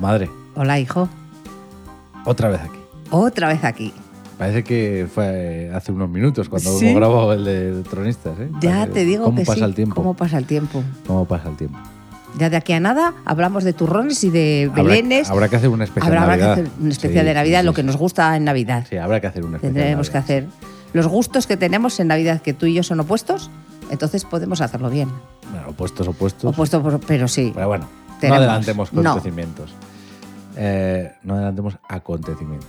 Madre, Hola, hijo. otra vez aquí. Otra vez aquí. Parece que fue hace unos minutos cuando Sí. grabó el de Tronistas. ¿eh? Ya Parece- te digo ¿Cómo que pasa sí. el tiempo? ¿Cómo pasa el tiempo? ¿Cómo pasa el tiempo? Ya de aquí a nada hablamos de turrones y de Habrá- belenes. Habrá, que hacer una especial Habrá- habrá Navidad. que hacer un especial Sí, de Navidad, sí, lo sí, que nos gusta en Navidad. Sí, habrá que hacer un especial. Tendremos de que Navidad. hacer los gustos que tenemos en Navidad, que tú y yo son opuestos, entonces podemos hacerlo bien. Bueno, opuestos, opuestos. Opuesto, por- pero sí. Pero bueno, no Tenemos. adelantemos No. acontecimientos. Eh, no adelantemos acontecimientos.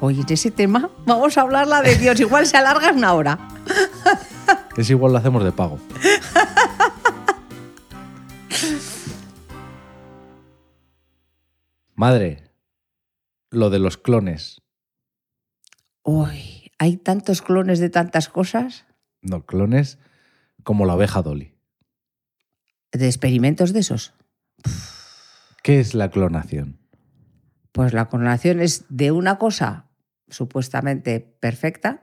Oye, en ese tema vamos a hablarla de Dios. Igual se alarga una hora. Es igual lo hacemos de pago. Madre, lo de los clones. Uy, hay tantos clones de tantas cosas, No, clones como la oveja Dolly. de experimentos de esos. ¿Qué es la clonación? Pues la clonación es de una cosa supuestamente perfecta,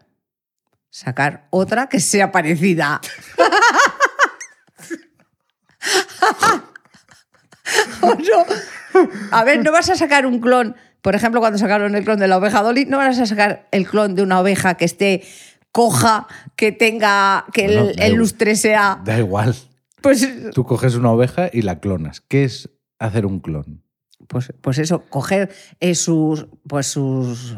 sacar otra que sea parecida. ¿O no? A ver, no vas a sacar un clon, por ejemplo, cuando sacaron el clon de la oveja Dolly, no vas a sacar el clon de una oveja que esté coja, que tenga, que el- Bueno, el, da igual. lustre sea... Da igual. Pues, Tú coges una oveja y la clonas. ¿Qué es hacer un clon? pues, pues eso, coger eh, sus. Pues sus.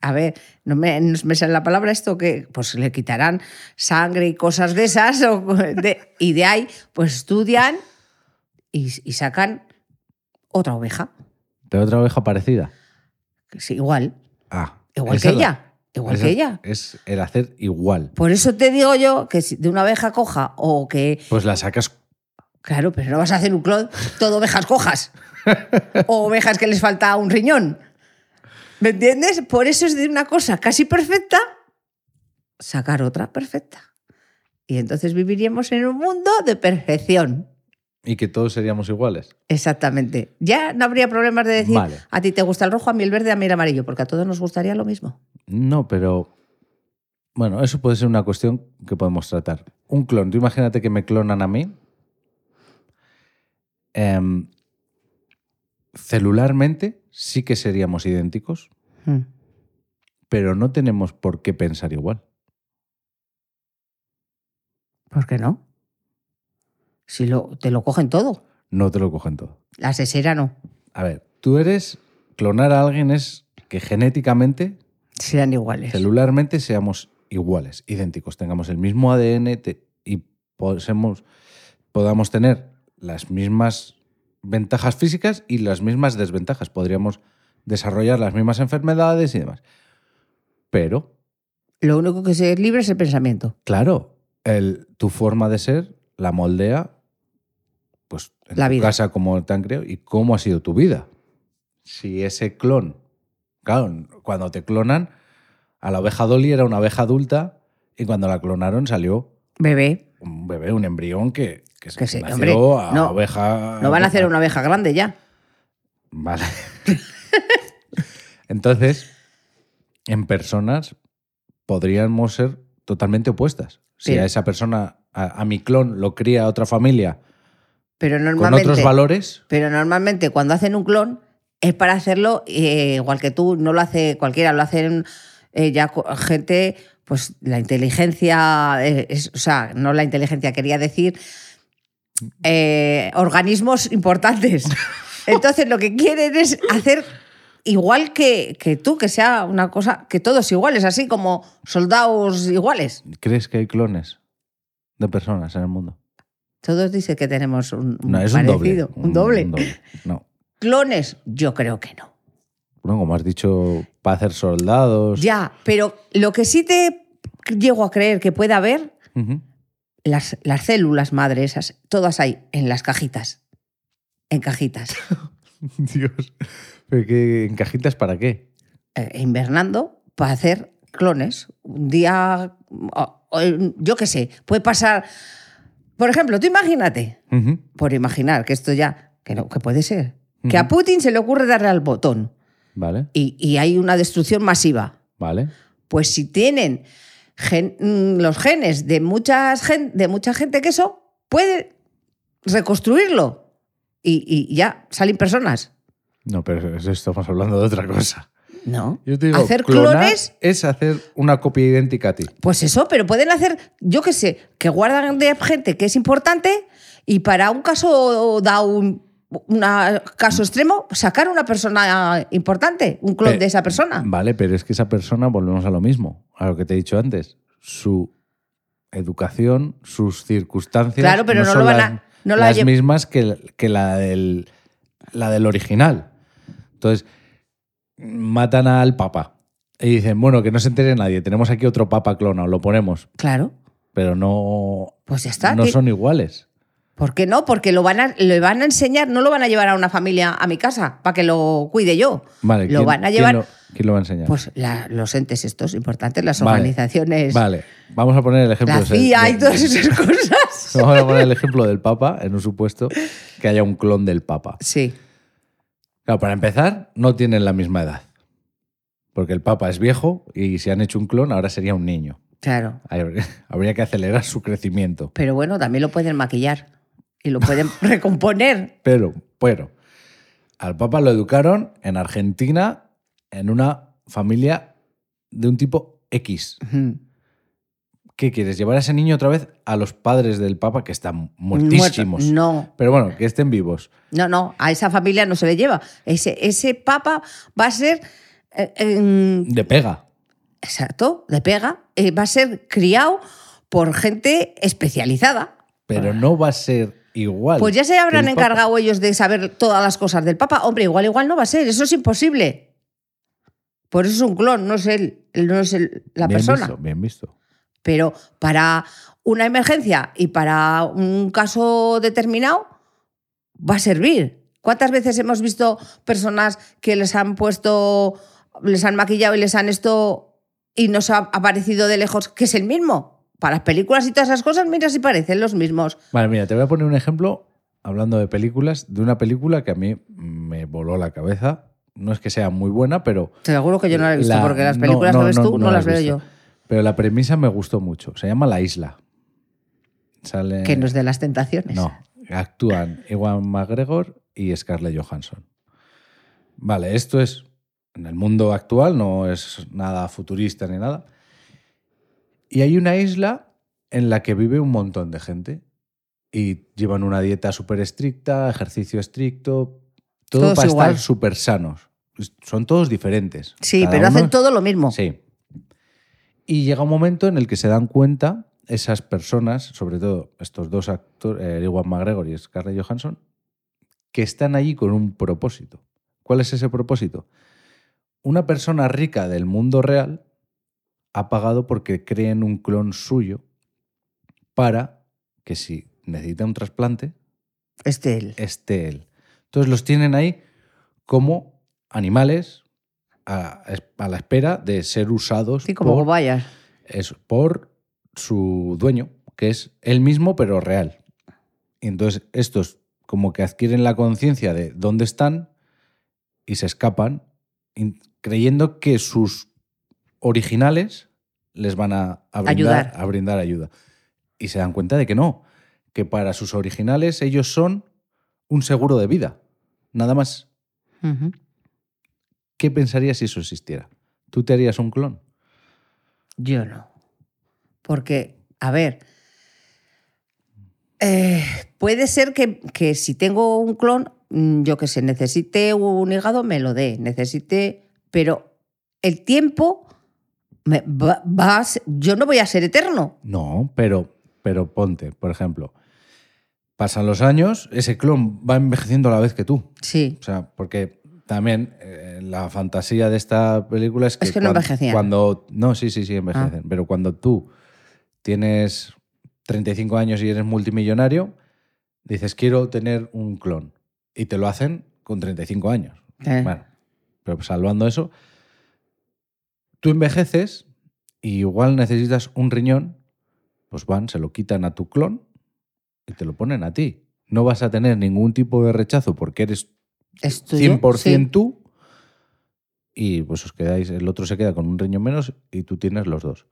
A ver, no me, no me sale la palabra esto que pues le quitarán sangre y cosas de esas o de- y de ahí pues estudian y, y sacan otra oveja ¿Pero otra oveja parecida? que es igual, Ah. igual esa que es la- ella, igual esa que ella. Es el hacer igual. Por eso te digo yo que si de una oveja coja o que Pues la sacas. claro, pero no vas a hacer un clon todo ovejas cojas o ovejas que les falta un riñón. ¿Me entiendes? Por eso es de una cosa casi perfecta sacar otra perfecta. Y entonces viviríamos en un mundo de perfección. Y que todos seríamos iguales. Exactamente. Ya no habría problemas de decir, Vale. a ti te gusta el rojo, a mí el verde, a mí el amarillo, porque a todos nos gustaría lo mismo. No, pero. Bueno, eso puede ser una cuestión que podemos tratar. Un clon. Tú imagínate que me clonan a mí. Em, celularmente sí que seríamos idénticos, Mm. pero no tenemos por qué pensar igual. ¿Por qué no? Si lo, te lo cogen todo. No te lo cogen todo. La sesera no. A ver, tú eres. Clonar a alguien es que genéticamente Sean iguales. celularmente seamos iguales, idénticos, tengamos el mismo ADN te- y posemos- podamos tener las mismas ventajas físicas y las mismas desventajas. Podríamos desarrollar las mismas enfermedades y demás. Pero, Lo único que se es libre es el pensamiento. claro, el- tu forma de ser la moldea pues, en La tu vida. casa como te han creado y cómo ha sido tu vida. Si ese clon, claro, cuando te clonan, a la oveja Dolly era una oveja adulta y cuando la clonaron salió Bebé, un bebé, un embrión que, que, se Que sí, nació hombre, a no. oveja. no van a hacer una oveja grande ya. Vale. Entonces, en personas podríamos ser totalmente opuestas. Si Sí. a esa persona, a, a mi clon, lo cría a otra familia Pero con normalmente, otros valores, pero normalmente cuando hacen un clon es para hacerlo eh, igual que tú, no lo hace cualquiera, lo hacen eh, ya cu- gente, pues la inteligencia, eh, es- o sea, no la inteligencia, quería decir eh, organismos importantes. Entonces lo que quieren es hacer igual que, que tú, que sea una cosa, que todos iguales, así como soldados iguales. ¿crees que hay clones de personas en el mundo? Todos dicen que tenemos un, un No, es parecido, un doble. un doble. un doble. No. ¿Clones? Yo creo que no. Bueno, como has dicho, para hacer soldados. Ya, pero lo que sí te llego a creer que puede haber, Ujú. las, las células madre esas, todas hay en las cajitas. En cajitas. Dios. ¿Pero qué, ¿En cajitas para qué? Eh, Invernando para hacer clones. Un día, o- o en- yo qué sé, puede pasar... Por ejemplo, tú imagínate, Ujú. por imaginar que esto ya, que, no, que puede ser, que Ujú. a Putin se le ocurre darle al botón Vale, y- y hay una destrucción masiva. vale. Pues si tienen gen- mm, los genes de, muchas gen- de mucha gente que eso, puede reconstruirlo y, y ya salen personas. No, pero eso estamos hablando de otra cosa. No. Yo te digo, hacer clonar clones es hacer una copia idéntica a ti. Pues eso, pero pueden hacer, yo qué sé, que guardan de gente que es importante y para un caso da un una- caso extremo, sacar una persona importante, un clon Pe- de esa persona. Vale, pero es que esa persona, volvemos a lo mismo, a lo que te he dicho antes. Su educación, sus circunstancias. Claro, pero no son lo van las- a- no la las lle- mismas que, que la, del, la del original. Entonces, matan al papa y dicen, bueno, que no se entere nadie, tenemos aquí otro papa clonado, lo ponemos, Claro, pero no, pues ya está. no Ti- son iguales. ¿Por qué no? Porque lo van a, le van a enseñar, no lo van a llevar a una familia a mi casa para que lo cuide yo. Vale, lo ¿quién- van a quién llevar, lo- ¿quién lo, va a enseñar? pues la- los entes estos importantes, las Vale, organizaciones, Vale, pues vamos a poner el ejemplo. la de- CIA y de- todas esas cosas. Vamos a poner el ejemplo del Papa, en un supuesto que haya un clon del Papa. Sí, Claro, para empezar, no tienen la misma edad. Porque el Papa es viejo y si han hecho un clon, ahora sería un niño. claro. Habría- Habría que acelerar su crecimiento. Pero bueno, también lo pueden maquillar y lo pueden recomponer. Pero, pero, al Papa lo educaron en Argentina en una familia de un tipo X. Mm, ¿Qué quieres? ¿Llevar a ese niño otra vez a los padres del Papa que están muerto. muertísimos? No, Pero bueno, que estén vivos. no, no, a esa familia no se le lleva. Ese, ese papa va a ser, eh, en- De pega. exacto, de pega, eh, va a ser criado por gente especializada. pero no va a ser igual. Ah. Pues ya se habrán que el Papa. encargado ellos de saber todas las cosas del Papa. Hombre, igual, igual no va a ser, eso es imposible. Por eso es un clon, no es él, él no es el- la Bien persona. visto, bien visto. Pero para una emergencia y para un caso determinado, va a servir. ¿Cuántas veces hemos visto personas que les han puesto, les han maquillado y les han esto y nos ha aparecido de lejos que es el mismo? Para las películas y todas esas cosas, mira si parecen los mismos. Vale, mira, te voy a poner un ejemplo, hablando de películas, de una película que a mí me voló la cabeza. No es que sea muy buena, pero, Te aseguro que yo no la he visto La- porque las no, películas no, que ves no, tú, no, no las las he veo visto. pero la premisa me gustó mucho. Se llama La Isla. Sale... yo. Que no es de las tentaciones. No, actúan Ewan McGregor y Scarlett Johansson. Vale, esto es en el mundo actual, no es nada futurista ni nada. Y hay una isla en la que vive un montón de gente y llevan una dieta súper estricta, ejercicio estricto, todo Todos para igual. estar súper sanos. Son todos diferentes. Sí, Cada uno pero hacen todo lo mismo. Sí. Y llega un momento en el que se dan cuenta esas personas, sobre todo estos dos actores, eh, Ewan McGregor y Scarlett Johansson, que están allí con un propósito. ¿Cuál es ese propósito? Una persona rica del mundo real ha pagado porque creen un clon suyo para que si necesita un trasplante, Este, Eh, el- esté él. Entonces los tienen ahí como animales a, a la espera de ser usados sí, como por, vayas. es por su dueño, que es él mismo pero real. Y entonces estos como que adquieren la conciencia de dónde están y se escapan in- creyendo que sus originales les van a, a brindar, Ayudar. a brindar ayuda. Y se dan cuenta de que no, que para sus originales ellos son un seguro de vida, nada más. Ujú. ¿Qué pensarías si eso existiera? ¿Tú te harías un clon? Yo no. Porque, a ver, eh, puede ser que, que si tengo un clon, mm, yo que sé, necesite un hígado, me lo dé, necesite, pero el tiempo me va, va a ser- yo no voy a ser eterno. No, pero, pero ponte, por ejemplo, pasan los años, ese clon va envejeciendo a la vez que tú. Sí, O sea, porque también eh, la fantasía de esta película es que, Es que no cuan- envejecían. Ah. cuando no, sí, sí, sí envejecen, pero cuando tú tienes 35 años y eres multimillonario, dices quiero tener un clon y te lo hacen con 35 años. eh, Bueno, pero salvando eso, tú envejeces y igual necesitas un riñón, pues van, se lo quitan a tu clon y te lo ponen a ti. No vas a tener ningún tipo de rechazo porque eres es tuyo, 100% sí. tú y pues os quedáis, el otro se queda con un riñón menos y tú tienes los dos.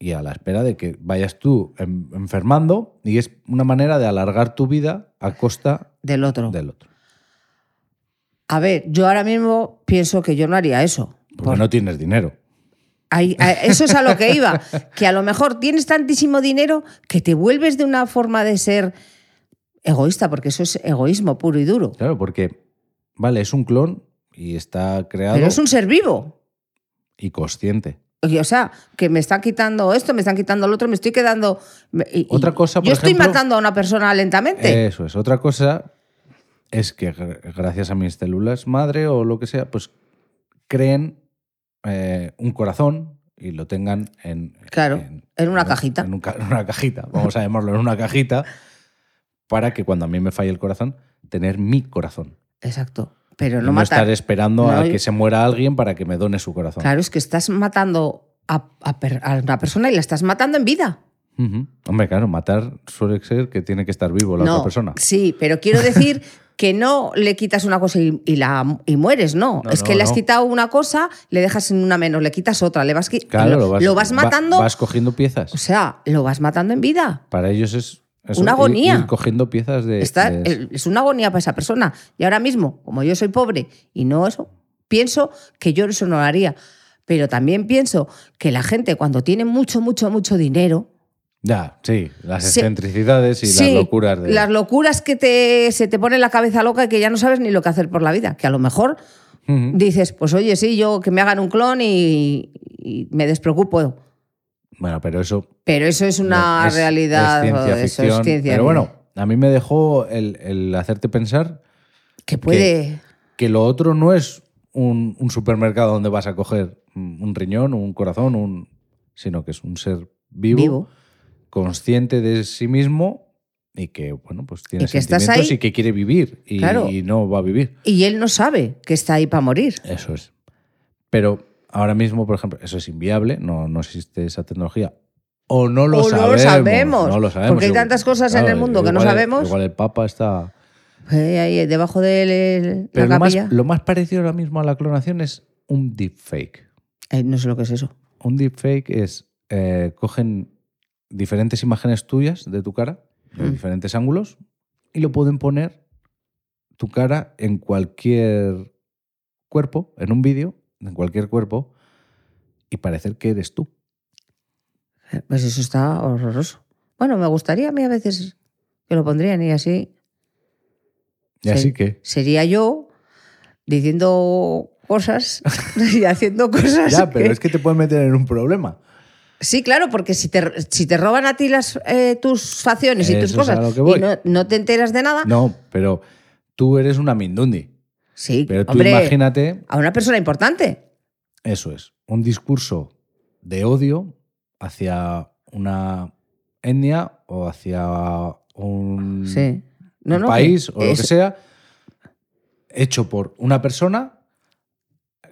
y a la espera de que vayas tú en- enfermando y es una manera de alargar tu vida a costa del otro. del otro. A ver, yo ahora mismo pienso que yo no haría eso. Porque Por- no tienes dinero. ahí- a- eso es a lo que iba. Que a lo mejor tienes tantísimo dinero que te vuelves de una forma de ser egoísta, porque eso es egoísmo puro y duro. Claro, porque, vale, es un clon y está creado Pero es un ser vivo. y consciente. Y, O sea, que me están quitando esto, me están quitando lo otro, me estoy quedando. me- y- y Otra cosa, por Yo estoy ejemplo- eh, matando a una persona lentamente. Eso es. Otra cosa es que gr- gracias a mis células madre o lo que sea, pues creen eh, un corazón y lo tengan en... Claro, en una cajita. En, un ca- en una cajita, vamos a llamarlo en una cajita, para que cuando a mí me falle el corazón, tener mi corazón. Exacto. Pero Y no, no matar. estar esperando a No, que se muera alguien para que me done su corazón. Claro, es que estás matando a, a per- a una persona y la estás matando en vida. Ujú. Hombre, claro, matar suele ser que tiene que estar vivo la no, otra persona. Sí, pero quiero decir que no le quitas una cosa y, y la, y mueres, no. No, es que no, le has no. quitado una cosa, le dejas en una menos, le quitas otra, le vas, qui- Claro, lo vas, vas va- matando. vas cogiendo piezas. O sea, lo vas matando en vida. Para ellos es, es Una ir- agonía. ir cogiendo piezas de. Está- de- el- es una agonía para esa persona. Y ahora mismo, como yo soy pobre y no eso, pienso que yo eso no lo haría. Pero también pienso que la gente cuando tiene mucho, mucho, mucho dinero, Ya, sí, las Sí. excentricidades y Sí, las locuras de. las locuras que te, se te pone en la cabeza loca y que ya no sabes ni lo que hacer por la vida. Que a lo mejor Ujú. dices, pues oye, sí, yo que me hagan un clon y, y me despreocupo. Bueno, pero eso. Pero eso es una no, es- realidad, Es ciencia eso ficción. es ciencia. Pero bueno, a mí me dejó el, el hacerte pensar que puede. que lo otro no es un, un supermercado donde vas a coger un un riñón, un corazón, un. sino que es un ser vivo, Vivo. consciente de sí mismo y que, bueno, pues tiene que estás sentimientos ahí. y que quiere vivir y- Claro. y no va a vivir. Y él no sabe que está ahí para morir. Eso es. Pero ahora mismo, por ejemplo, eso es inviable, no, no existe esa tecnología. O no lo O no sabemos. lo sabemos, no lo sabemos. porque hay Igu- tantas cosas en el mundo que no igual el- sabemos. Igual el Papa está. Eh, ahí debajo de él, el- Pero la lo más, capilla. lo más parecido ahora mismo a la clonación es un deepfake. Eh, no sé lo que es eso. Un deepfake es. eh, cogen diferentes imágenes tuyas de tu cara, de Mm. diferentes ángulos, y lo pueden poner tu cara en cualquier cuerpo, en un vídeo, en cualquier cuerpo, y parecer que eres tú. Eh, Pues eso está horroroso. Bueno, me gustaría a mí a veces que lo pondrían y así Y así que. sería yo diciendo cosas y haciendo cosas. Ya, que- pero es que te puedes meter en un problema. Sí, claro, porque si te, si te roban a ti las, eh, tus facciones y Eso tus es cosas a lo que y voy. no, no te enteras de nada, No, pero tú eres una Mindundi. sí, Pero tú hombre, imagínate, a una persona importante. eso es, un discurso de odio hacia una etnia o hacia un, Sí. Mm. No, un no, país que o lo es- que sea, hecho por una persona.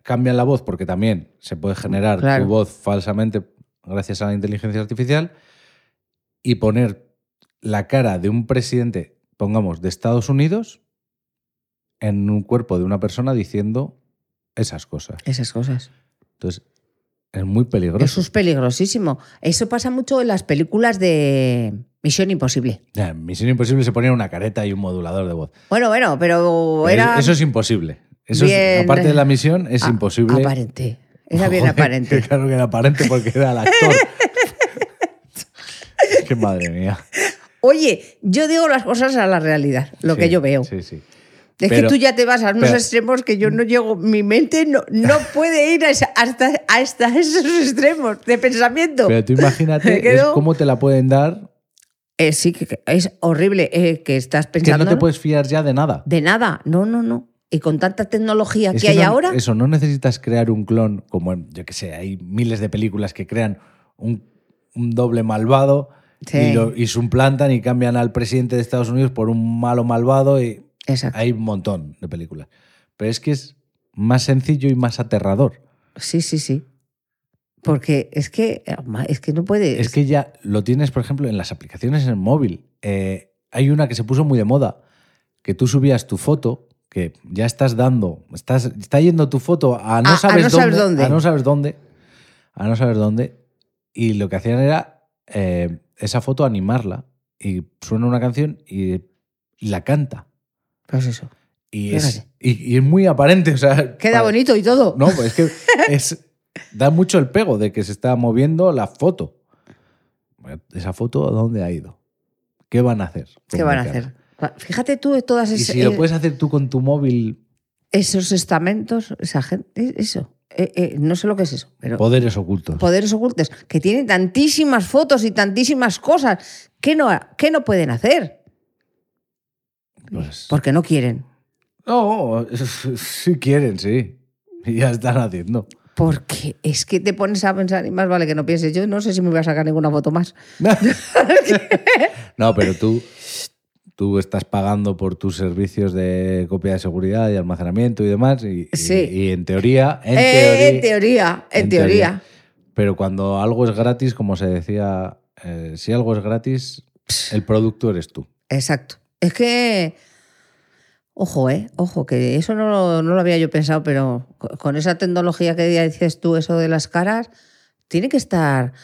Cambian la voz porque también se puede generar Claro. tu voz falsamente gracias a la inteligencia artificial y poner la cara de un presidente, pongamos, de Estados Unidos en un cuerpo de una persona diciendo esas cosas. Esas cosas. Entonces, es muy peligroso. Eso es peligrosísimo. Eso pasa mucho en las películas de Misión Imposible. Ya, En Misión Imposible se ponía una careta y un modulador de voz. Bueno, bueno, pero Pero era Eh, Eso es imposible. Eso es- bien- aparte de la misión, es a- imposible. Aparente. Era bien Joder, aparente. que Claro que era aparente porque era el actor. Qué madre mía. Oye, yo digo las cosas a la realidad, lo Sí, que yo veo. Sí, sí. Es Pero- que tú ya te vas a unos pero- Mm. extremos que yo no llego, mi mente no, no puede ir a esa- hasta, hasta esos extremos de pensamiento. Pero tú Me imagínate es quedo- cómo te la pueden dar Eh, sí, que, que es horrible eh, que estás que pensando no te puedes fiar ya de nada. de nada. No, no, no. Y con tanta tecnología Es que que, hay no- ahora, Eso, no necesitas crear un clon como, en, yo que sé, hay miles de películas que crean un, un doble malvado Sí. y, lo- y suplantan y cambian al presidente de Estados Unidos por un malo malvado y exacto. hay un montón de películas. Pero es que es más sencillo y más aterrador. Sí, sí, sí. Porque es que, eh, es que no puede. Es que ya lo tienes, por ejemplo, en las aplicaciones en el móvil. Eh, hay una que se puso muy de moda, que tú subías tu foto, que ya estás dando, estás, está yendo tu foto a A- no, Ah, a sabes, no dónde, sabes dónde. a no sabes dónde, a no sabes dónde, Y lo que hacían era eh, esa foto animarla y suena una canción y la canta. Pues eso. Y, es, Fíjate. y, y es muy aparente. O sea, Queda pa- bonito y todo. No, pues es que es- da mucho el pego de que se está moviendo la foto. Bueno, ¿Esa foto a dónde ha ido? ¿Qué van a hacer? ¿Qué van a Comunicar. hacer? Pues Fíjate tú todas Y esas, si lo puedes hacer tú con tu móvil, esos estamentos, esa gente, eso. Eh, eh, no sé lo que es eso, Pues pero poderes ocultos. poderes ocultos, que tienen tantísimas fotos y tantísimas cosas. ¿Qué no, qué no pueden hacer? Pues- Porque no quieren. No, si quieren, sí. Y Ya están haciendo. Porque es que te pones a pensar y más vale que no pienses. Yo no sé si me voy a sacar ninguna foto más. No, pero tú, tú estás pagando por tus servicios de copia de seguridad y almacenamiento y demás. Y, y- Sí. y en teoría. En Eh, teoría, En teoría, en en teoría. teoría. Pero cuando algo es gratis, como se decía, eh, si algo es gratis, el producto eres tú. Exacto. Es que. Ojo, ¿eh? Ojo, que eso no, lo- no lo había yo pensado, pero co- con esa tecnología que ya dices tú, eso de las caras, tiene que estar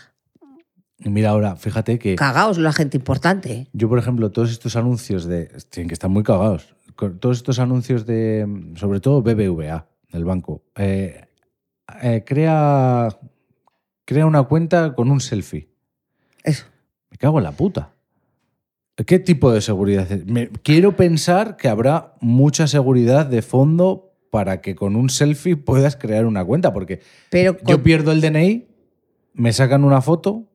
Y mira ahora, fíjate que. cagaos la gente importante. ¿eh? Yo, por ejemplo, todos estos anuncios de. Tienen que estar muy cagados. Con Todos estos anuncios de. Sobre todo BBVA, del banco. Eh, eh, crea. Crea una cuenta con un selfie. Eso. Me cago en la puta. ¿Qué tipo de seguridad es? Me- quiero pensar que habrá mucha seguridad de fondo para que con un selfie puedas crear una cuenta, porque Pero con- yo pierdo el DNI, me sacan una foto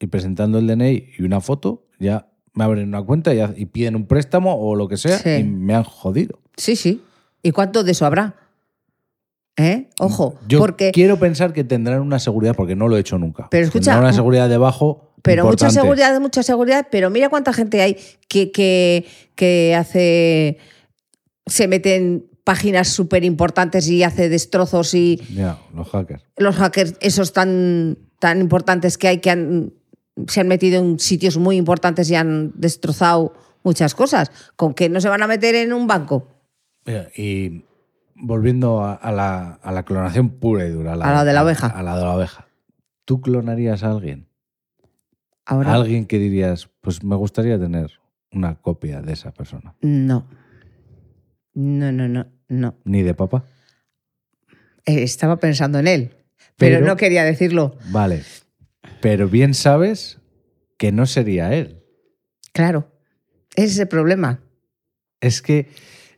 y presentando el DNI y una foto, ya me abren una cuenta y, ha- y piden un préstamo o lo que sea Sí. y me han jodido. Sí, sí. ¿Y cuánto de eso habrá? ¿Eh? Ojo, Yo porque. quiero pensar que tendrán una seguridad porque no lo he hecho nunca. Pero escucha, Tendrán una un- seguridad debajo. Pero importante. mucha seguridad, mucha seguridad, pero mira cuánta gente hay que, que, que hace. se mete en páginas súper importantes y hace destrozos y. Ya, los hackers. los hackers esos tan, tan importantes que hay que han, se han metido en sitios muy importantes y han destrozado muchas cosas. ¿Con que no se van a meter en un banco? Mira, y volviendo a, a la, a la clonación pura y dura. A la de la oveja. A, la de la oveja. ¿Tú clonarías a alguien? Ahora ¿A alguien que dirías, pues me gustaría tener una copia de esa persona? no. No, no, no, no. ¿Ni de papá? Eh, Estaba pensando en él, pero, Pero- no quería decirlo. Vale. Pero bien sabes que no sería él. Claro. Ese es el problema. Es que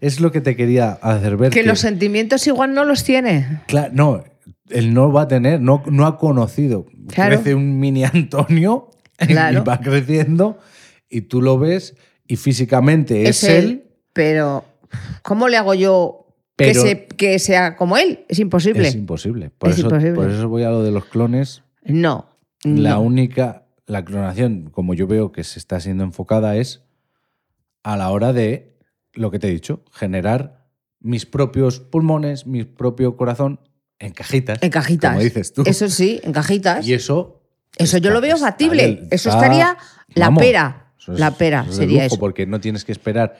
es lo que te quería hacer ver. Que los sentimientos igual no los tiene. Cla- no, él no va a tener, no, no ha conocido. Claro. Crece un mini Antonio y Claro. va creciendo y tú lo ves y físicamente es, él. Pero, ¿cómo le hago yo Pero- que, se- que sea como él? Es imposible. Es imposible. Por, Es eso, imposible. por eso voy a lo de los clones. no. La no. única, la clonación, como yo veo que se está siendo enfocada, es a la hora de, lo que te he dicho, generar mis propios pulmones, mi propio corazón en cajitas. En cajitas. Como dices tú. Eso sí, en cajitas. y eso. eso yo está- lo veo está factible. del- eso está- estaría la vamos, pera. eso es- la pera eso es de sería lujo, eso. Porque no tienes que esperar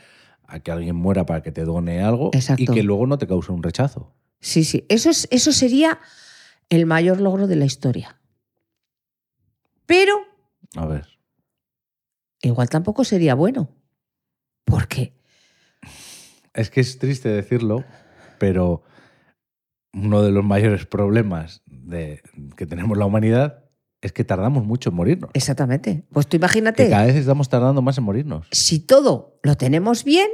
a que alguien muera para que te done algo y Exacto. que luego no te cause un rechazo. Sí, sí. Eso, es, eso sería el mayor logro de la historia. Pero A ver. igual tampoco sería bueno. ¿Por qué? Es que es triste decirlo, pero uno de los mayores problemas de, que tenemos la humanidad es que tardamos mucho en morirnos. Exactamente. Pues tú Que imagínate, cada vez estamos tardando más en morirnos. si todo lo tenemos bien,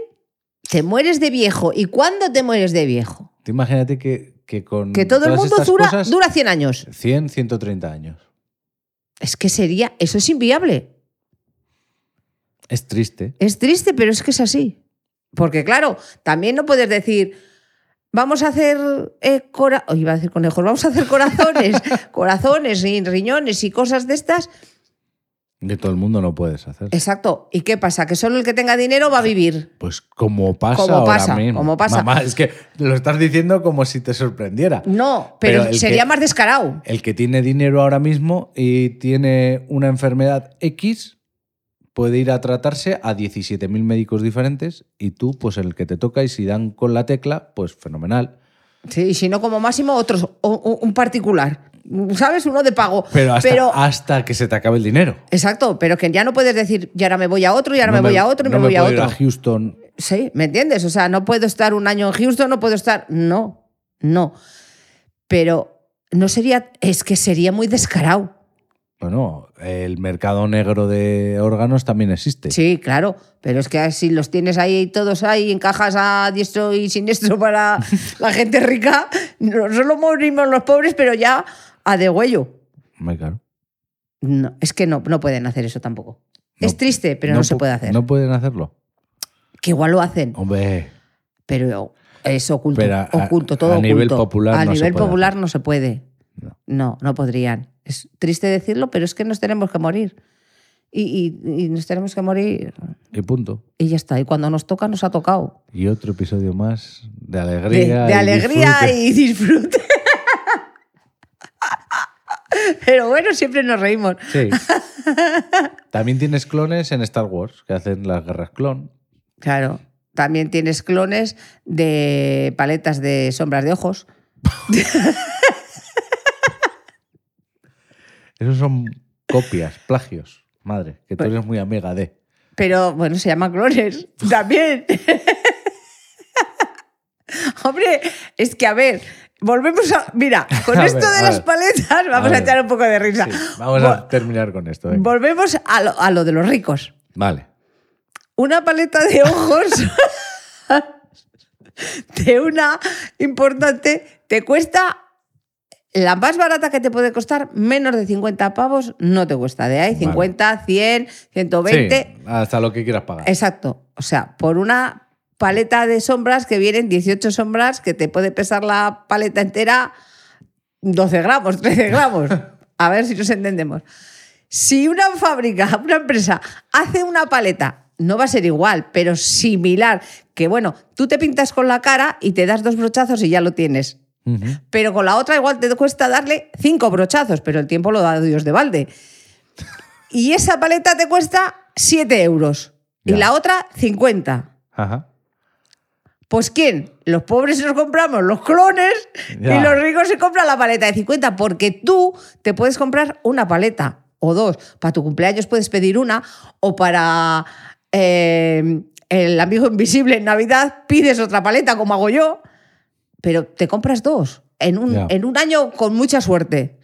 te mueres de viejo. ¿Y cuándo te mueres de viejo? Tú imagínate que, que con. Que todo el Mm, todas mundo estas dura, cosas, dura 100 años. 100, 130 años. Es que sería, eso es inviable. Es triste. Es triste, pero es que es así. Porque claro, también no puedes decir, vamos a hacer eh, cora- oh, iba a decir conejos, vamos a hacer corazones, corazones y riñones y cosas de estas. De todo el mundo no puedes hacer. Exacto. ¿Y qué pasa? Que solo el que tenga dinero va a vivir. Pues como pasa Como ahora pasa, mismo. como pasa. Mamá, es que lo estás diciendo como si te sorprendiera. No, pero, Pero el sería que- más descarado. El que tiene dinero ahora mismo y tiene una enfermedad X puede ir a tratarse a 17.000 médicos diferentes y tú, pues el que te toca y si dan con la tecla, pues fenomenal. Sí, y si no, como máximo, otros, o- o- un particular. ¿sabes? Uno de pago. Pero hasta, hasta que se te acabe el dinero. Exacto, pero que ya no puedes decir, y ahora me voy a otro, y ahora No me voy a otro, y no me voy a puedo ir otro. a Houston. Sí, ¿me entiendes? O sea, no puedo estar un año en Houston, no puedo estar. No, no. Pero no sería. Es que sería muy descarado. Bueno, el mercado negro de órganos también existe. Sí, claro. Pero es que si los tienes ahí todos ahí, encajas a diestro y siniestro para la gente rica, no solo morimos los pobres, pero ya a degüello. Muy caro. No, es que no, no pueden hacer eso tampoco. No, es triste, pero no, se pu- puede hacer. No pueden hacerlo. Que igual lo hacen, Hombre, pero es oculto, Pero a- oculto a todo oculto. nivel popular a no se nivel puede popular hacer. no se puede. No. No. no, podrían. Es triste decirlo, pero es que nos tenemos que morir. Y, y- y nos tenemos que morir y punto. y ya está. Y cuando nos toca, nos ha tocado. Y otro episodio más de De, alegría. de y alegría disfrute. y disfrute. pero bueno, siempre nos reímos. Sí. También tienes clones en Star Wars que hacen las guerras clon. Claro. También tienes clones de paletas de sombras de ojos. Esos son copias, plagios. Madre, que tú Pues eres muy amiga de. Pero bueno, se llama clones también. Hombre, es que a ver, volvemos a. Mira, con A esto ver, de a las ver. paletas vamos A a, ver. echar un poco de risa. Sí, vamos Vo- a terminar con esto. venga. Volvemos a lo, a lo de los ricos. Vale. Una paleta de ojos de una importante te cuesta. La más barata que te puede costar, menos de 50 pavos, no te cuesta. De ahí Vale. 50, 100, 120. Sí, hasta lo que quieras pagar. Exacto. O sea, por una paleta de sombras que vienen 18 sombras, que te puede pesar la paleta entera 12 gramos, 13 gramos. A ver si nos entendemos. Si una fábrica, una empresa hace una paleta, no va a ser igual, pero similar, que bueno, tú te pintas con la cara y te das dos brochazos y ya lo tienes. Ujú. Pero con la otra igual te cuesta darle cinco brochazos, pero el tiempo lo da Dios de balde. Y esa paleta te cuesta 7 euros Ya. y la otra 50. Ajá. Pues ¿quién? Los pobres nos compramos los clones Ya. y los ricos se compran la paleta de 50 porque tú te puedes comprar una paleta o dos. Para tu cumpleaños puedes pedir una o para eh, el amigo invisible en Navidad pides otra paleta como hago yo, pero te compras dos en Ya. un, en un año con mucha suerte.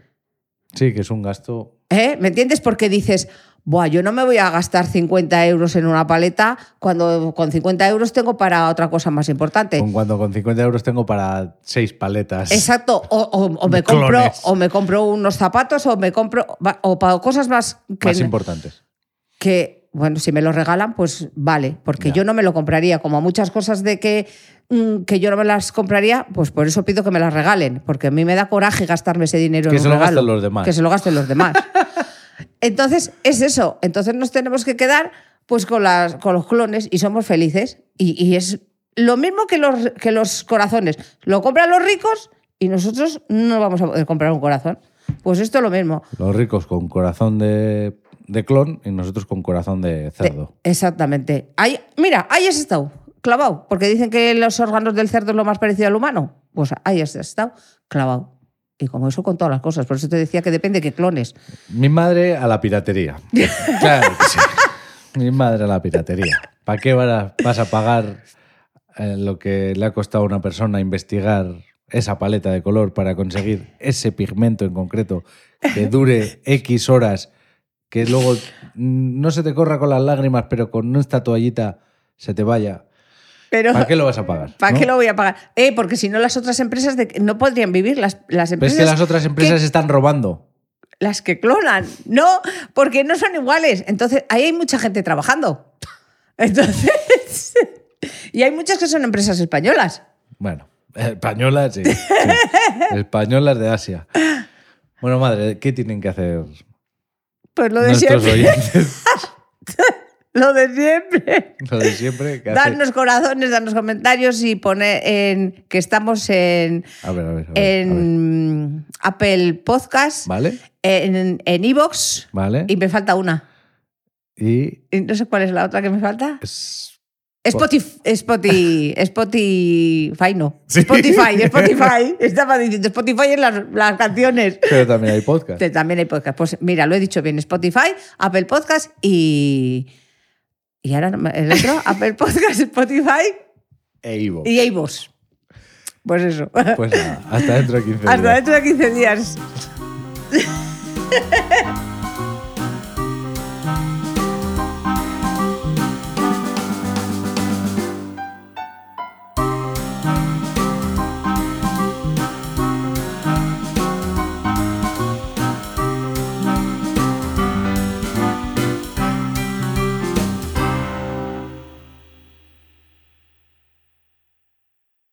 Sí, que es un gasto. ¿Eh? ¿Me entiendes? Porque dices, Buah, yo no me voy a gastar 50 euros en una paleta cuando con 50 euros tengo para otra cosa más importante. Con cuando con 50 euros tengo para seis paletas. Exacto, o, o- o me compro, Clones. o me compro unos zapatos o me compro va- o para cosas más que, Más importantes. que, bueno, si me lo regalan, pues vale, porque Ya. yo no me lo compraría, como muchas cosas de que, mm, que yo no me las compraría, pues por eso pido que me las regalen, porque a mí me da coraje gastarme ese dinero Que en se un lo gasten regalo. los demás. Que se lo gasten los demás. Entonces, es eso. Entonces nos tenemos que quedar pues con, las, con los clones y somos felices. Y, y es lo mismo que los, que los corazones. Lo compran los ricos y nosotros no vamos a poder comprar un corazón. Pues esto es lo mismo. Los ricos con corazón de, de clon y nosotros con corazón de Te- cerdo. exactamente. Ahí, mira, ahí has estado, clavado. Porque dicen que los órganos del cerdo es lo más parecido al humano. Pues ahí has estado, clavado. Y como eso con todas las cosas. Por eso te decía que depende que clones. Mi madre a la piratería. claro que sí. Mi madre a la piratería. ¿Para qué va- vas a pagar eh, lo que le ha costado a una persona investigar esa paleta de color para conseguir ese pigmento en concreto que dure X horas, que luego mm, no se te corra con las lágrimas, pero con esta toallita se te vaya? Pero... ¿Para qué lo vas a pagar? ¿Para no? qué lo voy a pagar? Eh, porque si no, las otras empresas de- no podrían vivir. Las, las Pero es empresas. que las otras empresas están robando. que- las que clonan. No, porque no son iguales. Entonces, ahí hay mucha gente trabajando. Entonces. y hay muchas que son empresas españolas. Bueno, españolas, sí, sí. Españolas de Asia. Bueno, madre, ¿qué tienen que hacer Pues lo de nuestros siempre. oyentes? Lo de siempre. Lo de siempre. que hace- Darnos corazones, darnos comentarios y poner en que estamos en, A ver, a ver. a ver, a ver. en Apple Podcast, ¿Vale? en en Evox. ¿Vale? y me falta una. Y Y no sé cuál es la otra que me falta. es- Spotify, Spotify, Spotify no. Spotify, Spotify. Estaba diciendo Spotify en las, las canciones. Pero también hay podcast. Te- También hay podcast. Pues mira, lo he dicho bien, Spotify, Apple Podcast y... Y ahora no me- el otro, Apple Podcast, Spotify E Ivo. y iVoox. Pues eso. Pues nada, hasta dentro de 15 días. Hasta dentro de 15 días.